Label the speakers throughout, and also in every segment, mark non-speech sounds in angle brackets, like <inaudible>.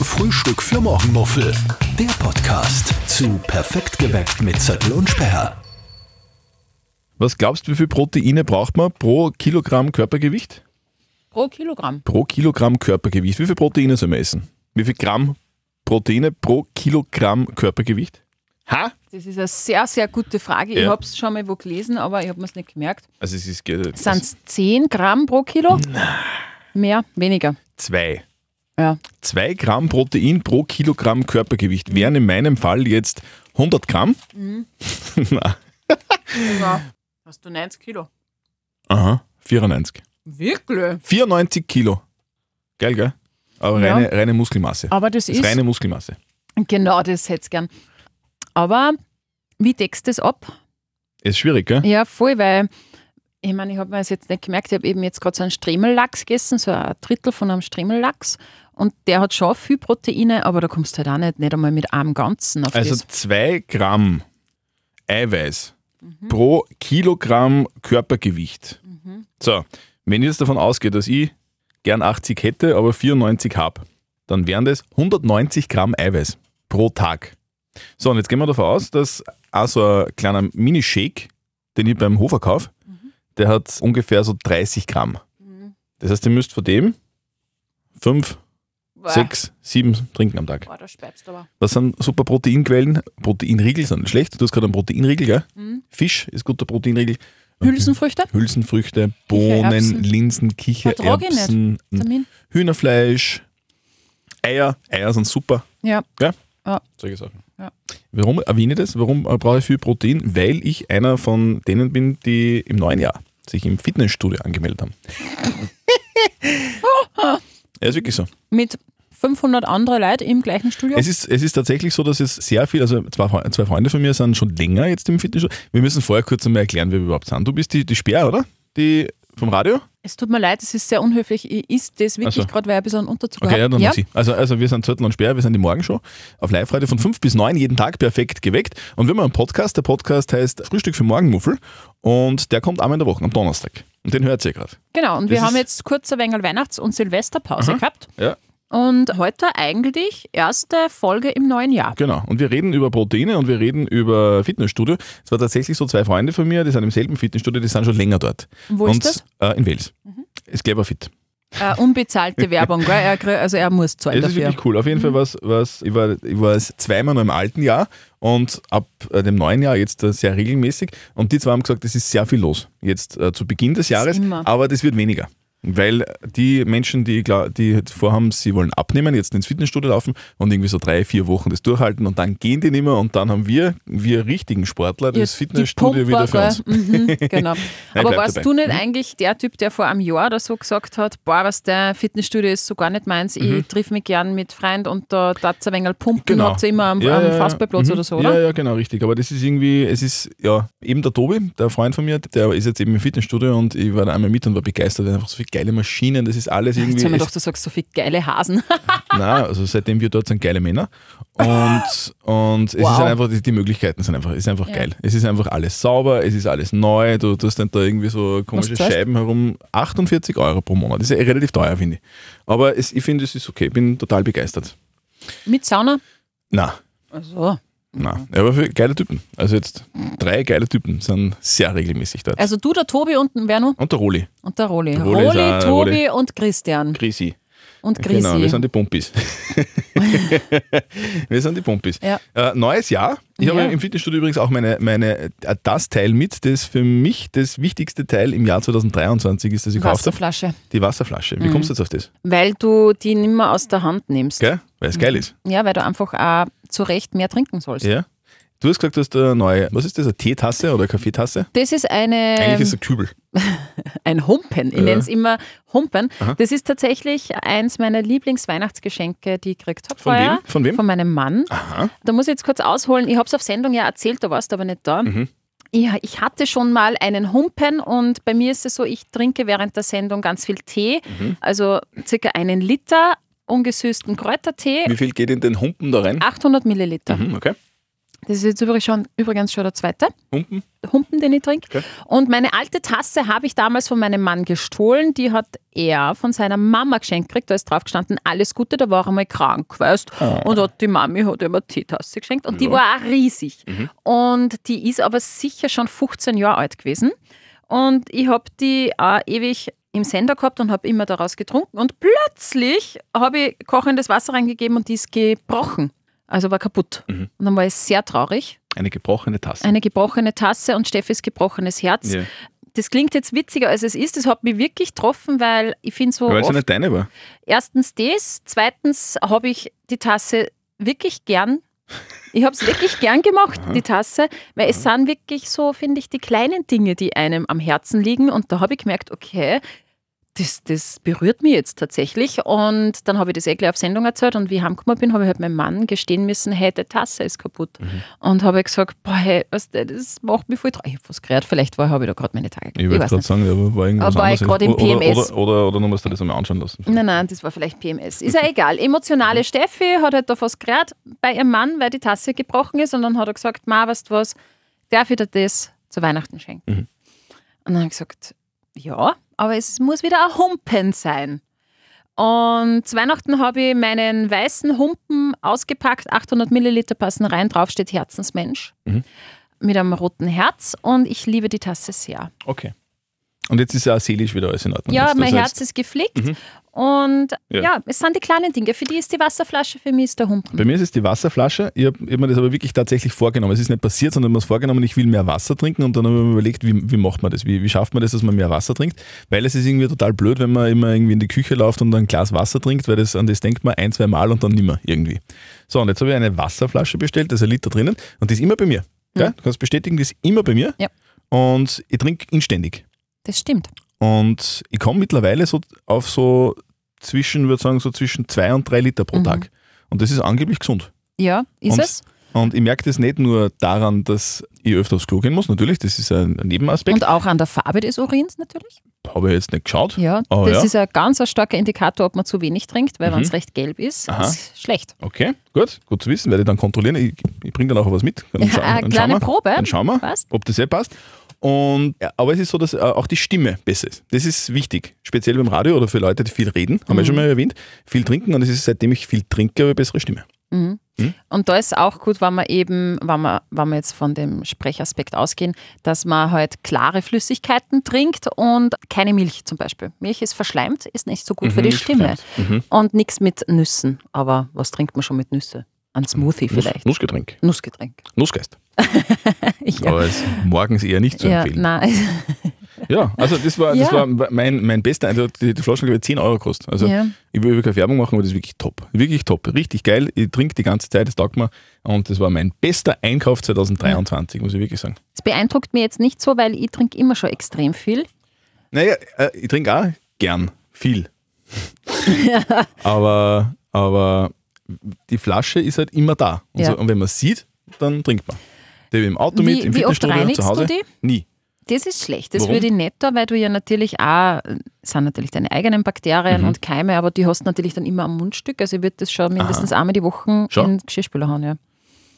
Speaker 1: Frühstück für Morgenmuffel. Der Podcast zu Perfekt geweckt mit Zettel und Sperr.
Speaker 2: Was glaubst du, wie viel Proteine braucht man pro Kilogramm Körpergewicht?
Speaker 3: Pro Kilogramm.
Speaker 2: Pro Kilogramm Körpergewicht. Wie viel Proteine soll man essen? Wie viel Gramm Proteine pro Kilogramm Körpergewicht? Ha?
Speaker 3: Das ist eine sehr, sehr gute Frage. Ich
Speaker 2: Ja.
Speaker 3: habe es schon mal wo gelesen, aber ich habe mir es nicht gemerkt.
Speaker 2: Also es ist äh,
Speaker 3: Sind es 10 Gramm pro Kilo? Mehr, weniger.
Speaker 2: zwei.
Speaker 3: Ja.
Speaker 2: 2 Gramm Protein pro Kilogramm Körpergewicht wären in meinem Fall jetzt 100 Gramm.
Speaker 3: Mhm.
Speaker 2: <laughs> Na,
Speaker 3: Hast du 90 Kilo?
Speaker 2: Aha, 94.
Speaker 3: Wirklich?
Speaker 2: 94 Kilo. Geil, gell? Aber
Speaker 3: Ja.
Speaker 2: reine, reine Muskelmasse.
Speaker 3: Aber das
Speaker 2: Das ist
Speaker 3: ist.
Speaker 2: reine Muskelmasse.
Speaker 3: Genau, das hätte ich gern. Aber wie deckst du das ab?
Speaker 2: Ist schwierig, gell?
Speaker 3: Ja, voll, weil ich meine, ich habe mir das jetzt nicht gemerkt. Ich habe eben jetzt gerade so einen Stremellachs gegessen, so ein Drittel von einem Stremellachs. Und der hat schon viel Proteine, aber da kommst du halt auch nicht, nicht einmal mit einem Ganzen auf
Speaker 2: Also
Speaker 3: das.
Speaker 2: 2 Gramm Eiweiß pro Kilogramm Körpergewicht. So, wenn ich jetzt davon ausgehe, dass ich gern 80 hätte, aber 94 habe, dann wären das 190 Gramm Eiweiß pro Tag. So, und jetzt gehen wir davon aus, dass auch so ein kleiner Mini-Shake, den ich beim Hofer kaufe, der hat ungefähr so 30 Gramm.
Speaker 3: Mhm.
Speaker 2: Das heißt, ihr müsst von dem 5,
Speaker 3: Boah,
Speaker 2: 6, 7 trinken am Tag.
Speaker 3: boah, da speibst du aber.
Speaker 2: Was sind super Proteinquellen? Proteinriegel sind nicht schlecht. Du hast gerade einen Proteinriegel, gell?
Speaker 3: Mhm.
Speaker 2: Fisch ist guter Proteinriegel.
Speaker 3: Hülsenfrüchte?
Speaker 2: Hülsenfrüchte, Bohnen,
Speaker 3: Kichererbsen.
Speaker 2: Linsen,
Speaker 3: Vertrag ich
Speaker 2: Kichererbsen,
Speaker 3: Vitamin?
Speaker 2: Hühnerfleisch, Eier. Eier sind super.
Speaker 3: Ja.
Speaker 2: Gell?
Speaker 3: Ja.
Speaker 2: Solche Sachen.
Speaker 3: Ja.
Speaker 2: Warum erwähne ich das? Warum äh, brauche ich viel Protein? Weil ich einer von denen bin, die im neuen Jahr sich im Fitnessstudio angemeldet
Speaker 3: <laughs>
Speaker 2: haben. ja, ist wirklich so.
Speaker 3: Mit 500 anderen Leuten im gleichen Studio?
Speaker 2: Es ist, es ist tatsächlich so, dass es sehr viel, also zwei, Fre- zwei Freunde von mir sind schon länger jetzt im Fitnessstudio. Wir müssen vorher kurz einmal erklären, wer wir überhaupt sind. Du bist die, die Speer, oder? Die vom Radio?
Speaker 3: Es tut mir leid, es ist sehr unhöflich. Ich isst das wirklich
Speaker 2: Ach so.
Speaker 3: gerade, weil ich ein bisschen Unterzug
Speaker 2: Also. Okay,
Speaker 3: habe.
Speaker 2: ja, dann ja. sie. Also, also wir sind Zürtel und Speer, wir sind die Morgenshow auf Live-Radio von 5 bis 9 jeden Tag perfekt geweckt. Und wir haben einen Podcast, der Podcast heißt Frühstück für Morgenmuffel und der kommt einmal in der Woche, am Donnerstag. Und den hört ihr gerade.
Speaker 3: Genau, und
Speaker 2: Das
Speaker 3: wir haben
Speaker 2: ist-
Speaker 3: jetzt kurz ein wenig Weihnachts- und Silvesterpause gehabt.
Speaker 2: Ja.
Speaker 3: Und heute eigentlich erste Folge im neuen Jahr.
Speaker 2: Genau. Und wir reden über Proteine und wir reden über Fitnessstudio. Es war tatsächlich so zwei Freunde von mir, die sind im selben Fitnessstudio, die sind schon länger dort.
Speaker 3: Wo
Speaker 2: und,
Speaker 3: ist das? Mhm.
Speaker 2: Äh, in Wales. Ist Gleber fit. <laughs>
Speaker 3: Äh, unbezahlte Werbung, gell? Er, krieg- also er muss zahlen
Speaker 2: Das ist
Speaker 3: dafür.
Speaker 2: wirklich cool. Auf jeden
Speaker 3: Mhm.
Speaker 2: Fall was, was ich war, ich war es zweimal noch im alten Jahr und ab äh, dem neuen Jahr jetzt äh, sehr regelmäßig. Und die zwei haben gesagt, es ist sehr viel los jetzt äh, zu Beginn des Jahres,
Speaker 3: immer.
Speaker 2: aber das wird weniger. Weil die Menschen, die, gla- die jetzt vorhaben, sie wollen abnehmen, jetzt ins Fitnessstudio laufen und irgendwie so drei, vier Wochen das durchhalten und dann gehen die nicht mehr und dann haben wir, wir richtigen Sportler, das
Speaker 3: Ja, die
Speaker 2: Fitnessstudio wieder für
Speaker 3: Pumper,
Speaker 2: uns.
Speaker 3: gell?
Speaker 2: <laughs>
Speaker 3: Mhm, genau.
Speaker 2: bleib
Speaker 3: Aber warst
Speaker 2: dabei. Mhm.
Speaker 3: du nicht eigentlich der Typ, der vor einem Jahr oder so gesagt hat, boah, was der Fitnessstudio ist so gar nicht meins, ich triff mich gern mit Freund und da tat ein wenig pumpen,
Speaker 2: Mhm. Genau.
Speaker 3: habt ihr immer am, am Fassbeiplatz
Speaker 2: Mhm.
Speaker 3: oder so, oder?
Speaker 2: Ja, ja, genau, richtig. Aber das ist irgendwie, es ist, ja, eben der Tobi, der Freund von mir, der ist jetzt eben im Fitnessstudio und ich war da einmal mit und war begeistert. Einfach so viele geile Maschinen, das ist alles irgendwie.
Speaker 3: Jetzt haben wir
Speaker 2: es-
Speaker 3: doch, du sagst so viele geile Hasen.
Speaker 2: <laughs>
Speaker 3: <laughs>
Speaker 2: Nein, also seitdem wir dort sind, geile Männer. Und, und es ist
Speaker 3: Wow.
Speaker 2: halt einfach, die, die Möglichkeiten sind einfach, ist einfach geil. Es ist einfach alles sauber, es ist alles neu, du tust dann da irgendwie so komische
Speaker 3: zahlst du?
Speaker 2: Scheiben herum. 48 Euro pro Monat, das ist ja relativ teuer, finde ich. Aber es, ich finde, es ist okay, bin total begeistert.
Speaker 3: mit Sauna?
Speaker 2: Na,
Speaker 3: Also,
Speaker 2: Na, aber für geile Typen. Also jetzt drei geile Typen sind sehr regelmäßig dort.
Speaker 3: also du, der Tobi und wer noch?
Speaker 2: und der Roli.
Speaker 3: Und der Roli.
Speaker 2: Der Roli
Speaker 3: Roli,
Speaker 2: ist auch- der
Speaker 3: Tobi und Christian.
Speaker 2: Grisi.
Speaker 3: Und Chrissy.
Speaker 2: Genau, wir sind die Pumpis. <laughs> wir sind die Pumpis.
Speaker 3: Ja.
Speaker 2: Äh, neues Jahr. Ich
Speaker 3: Ja.
Speaker 2: habe im Fitnessstudio übrigens auch meine, meine, äh, das Teil mit, das für mich das wichtigste Teil im Jahr 2023 ist, das ich gekauft habe.
Speaker 3: Wasserflasche.
Speaker 2: Die Wasserflasche.
Speaker 3: Mhm.
Speaker 2: Wie kommst du jetzt auf das?
Speaker 3: Weil du die nicht mehr aus der Hand nimmst.
Speaker 2: Gell? Weil es geil ist.
Speaker 3: Ja, weil du einfach auch zu Recht mehr trinken sollst.
Speaker 2: Ja. Du hast gesagt, du hast eine neue, was ist das, eine Teetasse oder eine Kaffeetasse?
Speaker 3: Das ist eine.
Speaker 2: Eigentlich ist es ein Kübel.
Speaker 3: ein Humpen. Ich
Speaker 2: Ja.
Speaker 3: nenne es immer Humpen. Das ist tatsächlich eins meiner Lieblingsweihnachtsgeschenke, die ich gekriegt habe.
Speaker 2: Von
Speaker 3: vorher.
Speaker 2: wem? Von wem?
Speaker 3: Von meinem Mann. Da muss ich jetzt kurz ausholen. Ich habe es auf Sendung ja erzählt, da warst du aber nicht da.
Speaker 2: Mhm.
Speaker 3: Ja, ich hatte schon mal einen Humpen und bei mir ist es so, ich trinke während der Sendung ganz viel Tee,
Speaker 2: Mhm.
Speaker 3: also circa einen Liter ungesüßten Kräutertee, Ah.
Speaker 2: Wie viel geht in den Humpen da rein?
Speaker 3: 800 Milliliter.
Speaker 2: Mhm, okay.
Speaker 3: Das ist jetzt übrigens schon, übrigens schon der zweite
Speaker 2: Humpen?
Speaker 3: Humpen, den ich trinke.
Speaker 2: Okay.
Speaker 3: Und meine alte Tasse habe ich damals von meinem Mann gestohlen. Die hat er von seiner Mama geschenkt gekriegt. Da ist drauf gestanden, alles Gute, da war er mal krank, weißt Und hat die Mami hat ihm eine Teetasse geschenkt. Und die
Speaker 2: Ah. Ja. Mhm.
Speaker 3: war auch riesig. Und die ist aber sicher schon 15 Jahre alt gewesen. Und ich habe die auch ewig im Sender gehabt und habe immer daraus getrunken. Und plötzlich habe ich kochendes Wasser reingegeben und die ist gebrochen. Also war kaputt.
Speaker 2: Mhm.
Speaker 3: Und dann war ich sehr traurig.
Speaker 2: Eine gebrochene Tasse.
Speaker 3: Eine gebrochene Tasse und Steffis gebrochenes Herz.
Speaker 2: Ja.
Speaker 3: Das klingt jetzt witziger, als es ist. Das hat mich wirklich getroffen, weil ich finde so.
Speaker 2: Weil es ja
Speaker 3: oft-
Speaker 2: nicht deine war.
Speaker 3: Erstens das, zweitens habe ich die Tasse wirklich gern. Ich habe es wirklich gern gemacht, die Tasse, weil es sind wirklich so, finde ich, die kleinen Dinge, die einem am Herzen liegen. Und da habe ich gemerkt, okay, das, das berührt mich jetzt tatsächlich. Und dann habe ich das eh gleich auf Sendung erzählt. Und wie ich heimgekommen bin, habe ich halt meinem Mann gestehen müssen, hey, die Tasse ist kaputt.
Speaker 2: Mhm.
Speaker 3: Und habe gesagt, boah, hey, weißt du, das macht mich voll traurig. Ich habe was gerät, vielleicht war, habe ich da gerade meine Tage.
Speaker 2: Ich wollte
Speaker 3: weiß
Speaker 2: gerade
Speaker 3: nicht.
Speaker 2: sagen, aber war irgendwas
Speaker 3: Aber war ich
Speaker 2: anderes.
Speaker 3: gerade im
Speaker 2: Oder-
Speaker 3: PMS.
Speaker 2: Oder, oder, oder, oder du musst dir das einmal anschauen lassen.
Speaker 3: Nein, nein, das war vielleicht PMS. Ist ja egal. Emotionale Steffi hat halt da fast gerät bei ihrem Mann, weil die Tasse gebrochen ist. Und dann hat er gesagt, Ma, weißt du was, darf ich dir das zu Weihnachten schenken?
Speaker 2: Mhm.
Speaker 3: Und dann habe ich gesagt, ja, aber es muss wieder ein Humpen sein. Und zu Weihnachten habe ich meinen weißen Humpen ausgepackt. 800 Milliliter passen rein. Drauf steht Herzensmensch
Speaker 2: Mhm.
Speaker 3: mit einem roten Herz. Und ich liebe die Tasse sehr.
Speaker 2: Okay. Und jetzt ist ja auch seelisch wieder alles in Ordnung.
Speaker 3: Ja,
Speaker 2: jetzt, das
Speaker 3: mein
Speaker 2: heißt, Mhm.
Speaker 3: Herz ist geflickt. Und
Speaker 2: Ja.
Speaker 3: ja. es sind die kleinen Dinge. Für die ist die Wasserflasche, für mich ist der Humpen.
Speaker 2: Bei mir ist es die Wasserflasche. Ich habe hab mir das aber wirklich tatsächlich vorgenommen. Es ist nicht passiert, sondern ich habe mir es vorgenommen, ich will mehr Wasser trinken und dann habe ich mir überlegt, wie, wie macht man das? Wie, wie schafft man das, dass man mehr Wasser trinkt? Weil es ist irgendwie total blöd, wenn man immer irgendwie in die Küche läuft und ein Glas Wasser trinkt, weil das, an das denkt man ein, zwei Mal und dann nimmer irgendwie. So, und jetzt habe ich eine Wasserflasche bestellt, da ist ein Liter drinnen und die ist immer bei mir. Gell? Du kannst bestätigen, die ist immer bei mir
Speaker 3: Ja.
Speaker 2: und ich trinke inständig.
Speaker 3: Das stimmt.
Speaker 2: Und ich komme mittlerweile so auf so zwischen, würde sagen, so zwischen zwei und drei Liter pro Tag. Und das ist angeblich gesund.
Speaker 3: Ja, ist
Speaker 2: Und-
Speaker 3: es.
Speaker 2: Und ich merke das nicht nur daran, dass ich öfter aufs Klo gehen muss, natürlich, das ist ein ein Nebenaspekt.
Speaker 3: Und auch an der Farbe des Urins natürlich.
Speaker 2: Habe ich jetzt nicht geschaut.
Speaker 3: Ja,
Speaker 2: Oh,
Speaker 3: das
Speaker 2: ja. Mhm.
Speaker 3: ist ein ganz ein starker Indikator, ob man zu wenig trinkt, weil wenn es recht gelb ist,
Speaker 2: Aha.
Speaker 3: ist schlecht.
Speaker 2: Okay, gut, gut zu wissen, werde ich dann kontrollieren. Ich, ich bringe dann auch was mit. Dann
Speaker 3: Ja,
Speaker 2: scha-
Speaker 3: eine
Speaker 2: dann
Speaker 3: kleine
Speaker 2: schauen wir-
Speaker 3: Probe.
Speaker 2: Dann schauen wir,
Speaker 3: Passt.
Speaker 2: ob das eh passt. Und, ja, aber es ist so, dass äh, auch die Stimme besser ist. Das ist wichtig, speziell beim Radio oder für Leute, die viel reden, haben wir schon
Speaker 3: Mhm.
Speaker 2: mal erwähnt, viel trinken. Und es ist, seitdem ich viel trinke, habe ich bessere Stimme.
Speaker 3: Und da ist auch gut, wenn man eben, wenn man, wenn wir jetzt von dem Sprechaspekt ausgehen, dass man halt klare Flüssigkeiten trinkt und keine Milch zum Beispiel. Milch ist verschleimt, ist nicht so gut für die
Speaker 2: Mhm, ist
Speaker 3: Stimme. Und nichts mit Nüssen. Aber was trinkt man schon mit Nüsse? Ein Smoothie
Speaker 2: Nuss,
Speaker 3: vielleicht.
Speaker 2: Nussgetränk,
Speaker 3: Nussgetränk.
Speaker 2: Nussgeist.
Speaker 3: <laughs> Ja,
Speaker 2: Aber es morgens eher nicht zu
Speaker 3: ja
Speaker 2: empfehlen.
Speaker 3: nein. <laughs>
Speaker 2: Ja, also das war, das
Speaker 3: Ja.
Speaker 2: war mein, mein bester Eindruck. Die, die Flaschen, glaube ich, 10 Euro kostet. Also
Speaker 3: Ja.
Speaker 2: ich will keine Werbung machen, aber das ist wirklich top. Wirklich top. Richtig geil. Ich trinke die ganze Zeit, das taugt mir. Und das war mein bester Einkauf 2023, muss ich wirklich sagen.
Speaker 3: Das beeindruckt mir jetzt nicht so, weil ich trinke immer schon extrem viel.
Speaker 2: Naja, äh, ich trinke auch gern.
Speaker 3: <laughs>
Speaker 2: Viel. aber, aber die Flasche ist halt immer da. Und,
Speaker 3: Ja.
Speaker 2: so, und wenn man sieht, dann trinkt man. Die habe ich im Auto mit,
Speaker 3: Wie-
Speaker 2: im
Speaker 3: wie oft
Speaker 2: Fitnessstudio,
Speaker 3: reinigst
Speaker 2: zu Hause.
Speaker 3: du die?
Speaker 2: Nie.
Speaker 3: Das ist schlecht. Das
Speaker 2: Warum?
Speaker 3: würde ich nicht da, weil du ja natürlich auch, äh, sind natürlich deine eigenen
Speaker 2: Mhm.
Speaker 3: Bakterien und Keime, aber die hast du natürlich dann immer am Mundstück. Also ich würde das schon mindestens einmal die Woche
Speaker 2: Schon?
Speaker 3: in den Geschirrspüler hauen. Ja.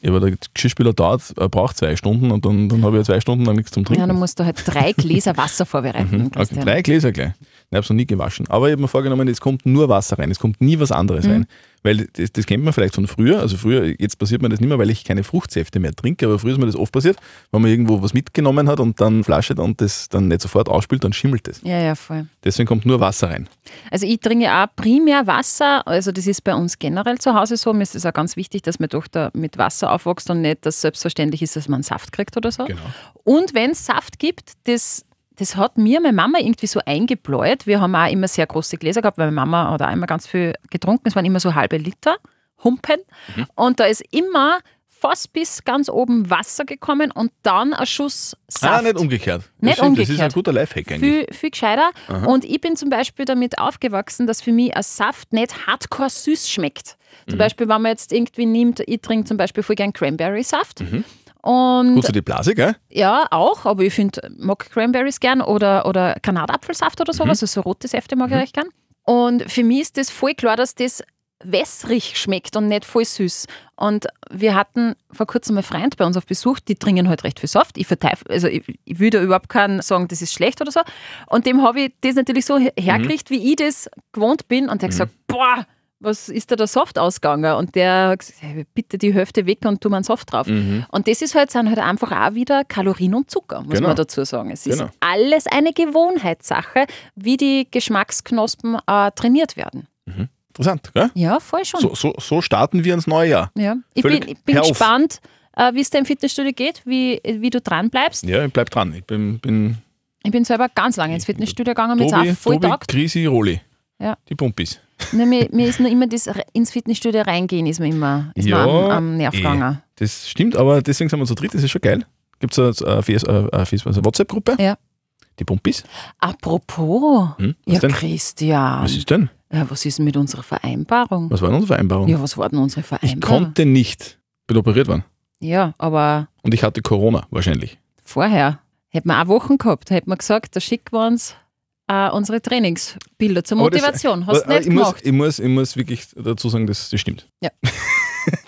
Speaker 2: Ja, aber der Geschirrspüler dauert, äh, braucht zwei Stunden und dann, dann habe ich ja zwei Stunden lang nichts zum Trinken.
Speaker 3: ja, dann musst du halt
Speaker 2: <laughs>
Speaker 3: drei Gläser Wasser vorbereiten.
Speaker 2: Mhm. Okay,
Speaker 3: Christian.
Speaker 2: drei Gläser gleich. Ich habe es noch nie gewaschen. Aber ich habe mir vorgenommen, es kommt nur Wasser rein, es kommt nie was anderes rein. Weil das, das kennt man vielleicht von früher. Also früher, jetzt passiert mir das nicht mehr, weil ich keine Fruchtsäfte mehr trinke, aber früher ist mir das oft passiert, wenn man irgendwo was mitgenommen hat und dann Flasche und das dann nicht sofort ausspült, dann schimmelt das.
Speaker 3: Ja, ja, voll.
Speaker 2: Deswegen kommt nur Wasser rein.
Speaker 3: Also ich trinke auch primär Wasser, also das ist bei uns generell zu Hause so. Mir ist es auch ganz wichtig, dass meine Tochter mit Wasser aufwächst und nicht, dass selbstverständlich ist, dass man einen Saft kriegt oder so.
Speaker 2: Genau.
Speaker 3: Und wenn es Saft gibt, das, das hat mir meine Mama irgendwie so eingebläut. Wir haben auch immer sehr große Gläser gehabt, weil meine Mama hat auch immer ganz viel getrunken. Es waren immer so halbe Liter, Humpen.
Speaker 2: Mhm.
Speaker 3: Und da ist immer fast bis ganz oben Wasser gekommen und dann ein Schuss Saft
Speaker 2: Ah, nicht umgekehrt. Das
Speaker 3: Nicht
Speaker 2: stimmt, Das ist ein
Speaker 3: umgekehrt.
Speaker 2: guter Lifehack eigentlich.
Speaker 3: viel, viel gescheiter. Und ich bin zum Beispiel damit aufgewachsen, dass für mich ein Saft nicht hardcore süß schmeckt.
Speaker 2: Mhm.
Speaker 3: Zum Beispiel, wenn man jetzt irgendwie nimmt, ich trinke zum Beispiel voll gern Cranberry-Saft. Und
Speaker 2: Mhm. Gut für die Blase, gell?
Speaker 3: ja, auch, aber ich finde, mag Cranberries gern oder, oder
Speaker 2: Mhm.
Speaker 3: Granatapfelsaft oder sowas, also so rote Säfte mag ich recht gern. Und für mich ist das voll klar, dass das wässrig schmeckt und nicht voll süß. Und wir hatten vor kurzem einen Freund bei uns auf Besuch, die trinken halt recht viel Saft. Ich verteif, also ich, ich will da überhaupt keinen sagen, das ist schlecht oder so. Und dem habe ich das natürlich so her- hergekriegt, wie ich das gewohnt bin. Und der hat gesagt, boah, was ist da der Saft ausgegangen? Und der hat gesagt, hey, bitte die Hälfte weg und tu mal einen Saft drauf. Und das ist halt, sind halt einfach auch wieder Kalorien und Zucker, muss
Speaker 2: Genau.
Speaker 3: man dazu sagen. Es ist
Speaker 2: Genau.
Speaker 3: alles eine Gewohnheitssache, wie die Geschmacksknospen äh, trainiert werden.
Speaker 2: Interessant, gell?
Speaker 3: Ja, voll schon.
Speaker 2: So, so, so starten wir ins neue Jahr.
Speaker 3: Ja, ich bin,
Speaker 2: Völlig
Speaker 3: ich bin
Speaker 2: health.
Speaker 3: gespannt, äh, wie es dir im Fitnessstudio geht, wie, wie du dran bleibst.
Speaker 2: Ja, ich bleib dran. Ich bin, bin
Speaker 3: Ich bin selber ganz lange ins Fitnessstudio gegangen, mir ist
Speaker 2: Tobi,
Speaker 3: auch voll
Speaker 2: Tobi
Speaker 3: taugt.
Speaker 2: Krisi, Roli.
Speaker 3: Ja.
Speaker 2: Die Pumpis.
Speaker 3: Nein, mir, mir ist nur immer das Re- ins Fitnessstudio reingehen, ist mir immer ist mir am, am Nerv
Speaker 2: eh.
Speaker 3: gegangen.
Speaker 2: Das stimmt, aber deswegen sind wir zu dritt, das ist schon geil. Gibt es eine, eine, eine, also eine WhatsApp-Gruppe?
Speaker 3: Ja.
Speaker 2: Die Pumpis?
Speaker 3: Apropos,
Speaker 2: Hm? Was
Speaker 3: ja
Speaker 2: denn?
Speaker 3: Christian,
Speaker 2: Was ist denn?
Speaker 3: ja, was ist denn mit unserer Vereinbarung?
Speaker 2: Was war denn unsere Vereinbarung?
Speaker 3: Ja, was war denn unsere
Speaker 2: ich
Speaker 3: Vereinbarung?
Speaker 2: konnte nicht, bin operiert worden.
Speaker 3: ja, aber
Speaker 2: Und ich hatte Corona wahrscheinlich.
Speaker 3: vorher hätten wir auch Wochen gehabt, hätten wir gesagt, da schicken wir uns äh, unsere Trainingsbilder zur
Speaker 2: Aber das-
Speaker 3: Motivation. Hast du
Speaker 2: Aber äh,
Speaker 3: nicht
Speaker 2: ich, muss,
Speaker 3: gemacht.
Speaker 2: ich, muss, ich muss wirklich dazu sagen, das, das stimmt.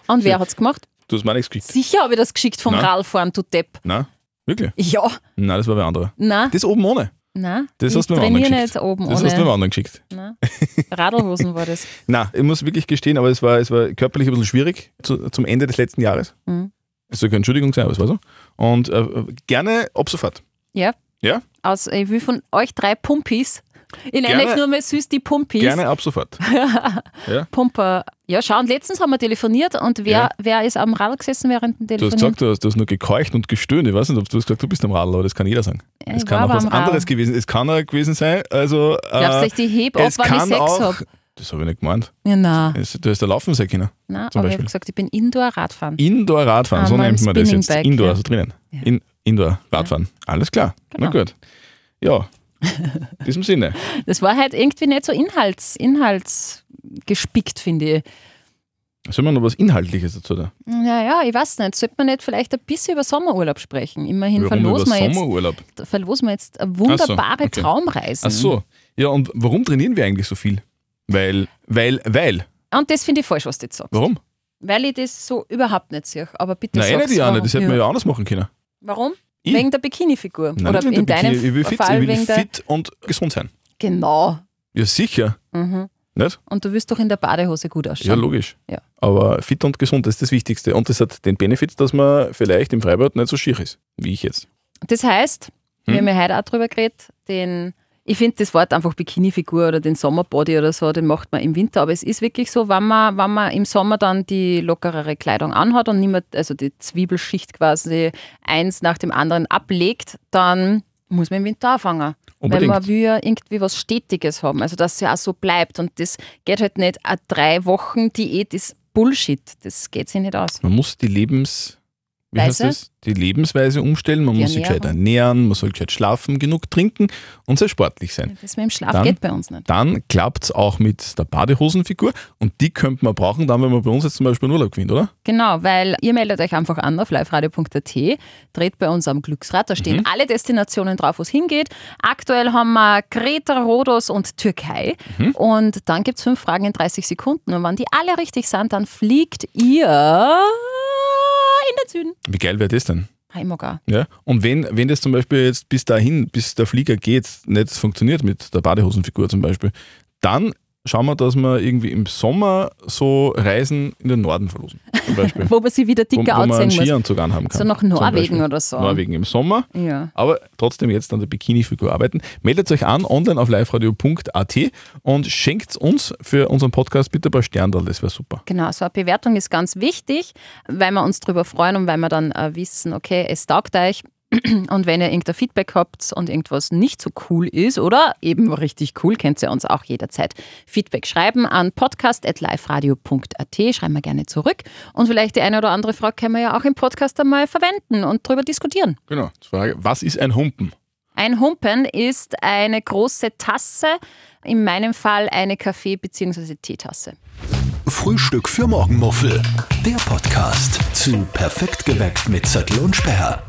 Speaker 3: Und wer hat's gemacht?
Speaker 2: Du hast mir auch nichts geschickt.
Speaker 3: Sicher habe ich das geschickt vom
Speaker 2: Nein.
Speaker 3: Ralf an, du Depp.
Speaker 2: Nein, wirklich?
Speaker 3: Ja,
Speaker 2: Nein, das war wer anderer.
Speaker 3: nein,
Speaker 2: Das oben ohne.
Speaker 3: nein.
Speaker 2: das
Speaker 3: ich
Speaker 2: hast du mir
Speaker 3: trainiere
Speaker 2: angeschickt.
Speaker 3: nicht oben
Speaker 2: Das hast du mir
Speaker 3: ohne.
Speaker 2: anderen geschickt.
Speaker 3: Nein. Radlhosen war das.
Speaker 2: Na, ich muss wirklich gestehen, aber es war, es war körperlich ein bisschen schwierig zu, zum Ende des letzten Jahres.
Speaker 3: Mhm.
Speaker 2: Es soll keine Entschuldigung sein, aber es war so. Und äh, gerne ab sofort.
Speaker 3: Ja.
Speaker 2: Ja?
Speaker 3: Aus, ich will von euch drei Pumpis. Ich nenne
Speaker 2: Gerne.
Speaker 3: euch nur mal süß die Pumpis.
Speaker 2: Gerne ab sofort.
Speaker 3: Pumper. Ja, schau, und letztens haben wir telefoniert und wer,
Speaker 2: Ja.
Speaker 3: wer ist am Radl gesessen während dem
Speaker 2: Du hast
Speaker 3: Telefonieren?
Speaker 2: gesagt, du hast, du hast nur gekeucht und gestöhnt. Ich weiß nicht, ob du hast gesagt, du bist am Radl, aber das kann jeder sagen.
Speaker 3: Ja,
Speaker 2: es
Speaker 3: ich
Speaker 2: kann
Speaker 3: war
Speaker 2: auch
Speaker 3: aber
Speaker 2: was
Speaker 3: am Radl.
Speaker 2: anderes gewesen. Es kann auch gewesen sein. Also, äh,
Speaker 3: Glaubst du, ich die heb auf,
Speaker 2: es
Speaker 3: wann ich
Speaker 2: kann
Speaker 3: Sex
Speaker 2: auch.
Speaker 3: habe?
Speaker 2: Das habe ich nicht gemeint.
Speaker 3: Ja, nein.
Speaker 2: Es, du hast da laufen sein können.
Speaker 3: nein
Speaker 2: zum
Speaker 3: aber
Speaker 2: Beispiel.
Speaker 3: ich habe gesagt, ich bin Indoor-Radfahren.
Speaker 2: Indoor-Radfahren,
Speaker 3: An
Speaker 2: so
Speaker 3: meinem
Speaker 2: nennt man das jetzt.
Speaker 3: Spinningbike,
Speaker 2: Indoor,
Speaker 3: ja.
Speaker 2: also drinnen. In, Indoor-Radfahren. Alles klar.
Speaker 3: Genau.
Speaker 2: Na gut.
Speaker 3: <laughs>
Speaker 2: Ja. In diesem Sinne.
Speaker 3: Das war halt irgendwie nicht so inhalts, inhaltsgespickt, finde ich.
Speaker 2: Sollen wir noch was Inhaltliches dazu da?
Speaker 3: Naja, ich weiß nicht. Sollte man nicht vielleicht ein bisschen über Sommerurlaub sprechen? Immerhin verlosen wir, jetzt,
Speaker 2: Sommerurlaub?
Speaker 3: verlosen wir jetzt eine wunderbare
Speaker 2: Ach so, okay.
Speaker 3: Traumreisen.
Speaker 2: Ach so. Ja, und warum trainieren wir eigentlich so viel? Weil, weil, weil.
Speaker 3: Und das finde ich falsch, was du jetzt sagst.
Speaker 2: Warum?
Speaker 3: Weil ich das so überhaupt nicht sehe. Aber bitte
Speaker 2: Nein,
Speaker 3: sag's,
Speaker 2: nicht, Jana,
Speaker 3: warum.
Speaker 2: das hätten wir ja anders machen können.
Speaker 3: Warum?
Speaker 2: Ich?
Speaker 3: Wegen der Bikini-Figur.
Speaker 2: Nein,
Speaker 3: Oder
Speaker 2: nicht wegen
Speaker 3: in
Speaker 2: der
Speaker 3: deinem
Speaker 2: Bikini. ich will fit,
Speaker 3: Fall
Speaker 2: ich will
Speaker 3: wegen der...
Speaker 2: fit und gesund sein.
Speaker 3: Genau.
Speaker 2: Ja, sicher.
Speaker 3: Mhm.
Speaker 2: Nicht?
Speaker 3: Und du wirst doch in der Badehose gut
Speaker 2: Ja,
Speaker 3: ausschauen.
Speaker 2: logisch.
Speaker 3: Ja.
Speaker 2: Aber fit und gesund ist das Wichtigste. Und das hat den Benefit, dass man vielleicht im Freibad nicht so schier ist, wie ich jetzt.
Speaker 3: das heißt, wir
Speaker 2: Hm?
Speaker 3: haben ja heute auch drüber geredet, den... Ich finde das Wort einfach Bikini-Figur oder den Sommerbody oder so, den macht man im Winter. Aber es ist wirklich so, wenn man, wenn man im Sommer dann die lockerere Kleidung anhat und nicht mehr, also die Zwiebelschicht quasi eins nach dem anderen ablegt, dann muss man im Winter anfangen.
Speaker 2: Unbedingt.
Speaker 3: Weil man will ja irgendwie was Stetiges haben, also dass es ja auch so bleibt. Und das geht halt nicht, eine drei Wochen Diät ist Bullshit. Das geht sich nicht aus.
Speaker 2: Man muss die Lebens... Wie heißt
Speaker 3: Weise?
Speaker 2: das? Die Lebensweise umstellen. Man
Speaker 3: Die
Speaker 2: muss sich
Speaker 3: Ernährung.
Speaker 2: gescheit ernähren, man soll gescheit schlafen, genug trinken und sehr sportlich sein.
Speaker 3: Das mit dem Schlaf
Speaker 2: Dann-
Speaker 3: geht bei uns nicht.
Speaker 2: Dann klappt es auch mit der Badehosenfigur und die könnte man brauchen, dann, wenn man bei uns jetzt zum Beispiel einen Urlaub gewinnt, oder?
Speaker 3: Genau, weil ihr meldet euch einfach an auf liveradio.at, dreht bei uns am Glücksrad, da stehen
Speaker 2: Mhm.
Speaker 3: alle Destinationen drauf, wo es hingeht. Aktuell haben wir Kreta, Rhodos und Türkei.
Speaker 2: Mhm.
Speaker 3: Und dann gibt es fünf Fragen in 30 Sekunden. Und wenn die alle richtig sind, dann fliegt ihr in den Süden.
Speaker 2: Wie geil wäre das denn?
Speaker 3: Heimogar.
Speaker 2: Ja? Und wenn, wenn das zum Beispiel jetzt bis dahin, bis der Flieger geht, nicht funktioniert mit der Badehosenfigur zum Beispiel, dann schauen wir, dass wir irgendwie im Sommer so Reisen in den Norden verlosen. Zum Beispiel.
Speaker 3: Wo man sie wieder
Speaker 2: wo, wo
Speaker 3: <laughs> dicker
Speaker 2: man einen
Speaker 3: aussehen muss.
Speaker 2: Skianzug anhaben kann.
Speaker 3: So nach
Speaker 2: zum
Speaker 3: Norwegen
Speaker 2: Beispiel.
Speaker 3: oder so.
Speaker 2: Norwegen im Sommer.
Speaker 3: Ja.
Speaker 2: Aber trotzdem jetzt an der Bikini-Figur arbeiten. Meldet euch an online auf liveradio.at und schenkt uns für unseren Podcast bitte ein paar Sterndal, das wäre super.
Speaker 3: Genau, so eine Bewertung ist ganz wichtig, weil wir uns darüber freuen und weil wir dann äh, wissen, okay, es taugt euch. <clears throat> Und wenn ihr irgendein Feedback habt und irgendwas nicht so cool ist oder eben richtig cool, könnt ihr uns auch jederzeit Feedback schreiben an podcast.liferadio.at. Schreiben wir gerne zurück. Und vielleicht die eine oder andere Frage können wir ja auch im Podcast einmal verwenden und drüber diskutieren.
Speaker 2: Genau. Die Frage, was ist ein Humpen?
Speaker 3: Ein Humpen ist eine große Tasse, in meinem Fall eine Kaffee- bzw. Teetasse.
Speaker 1: Frühstück für Morgenmuffel. Der Podcast zu Perfekt geweckt mit Zettel und Sperr.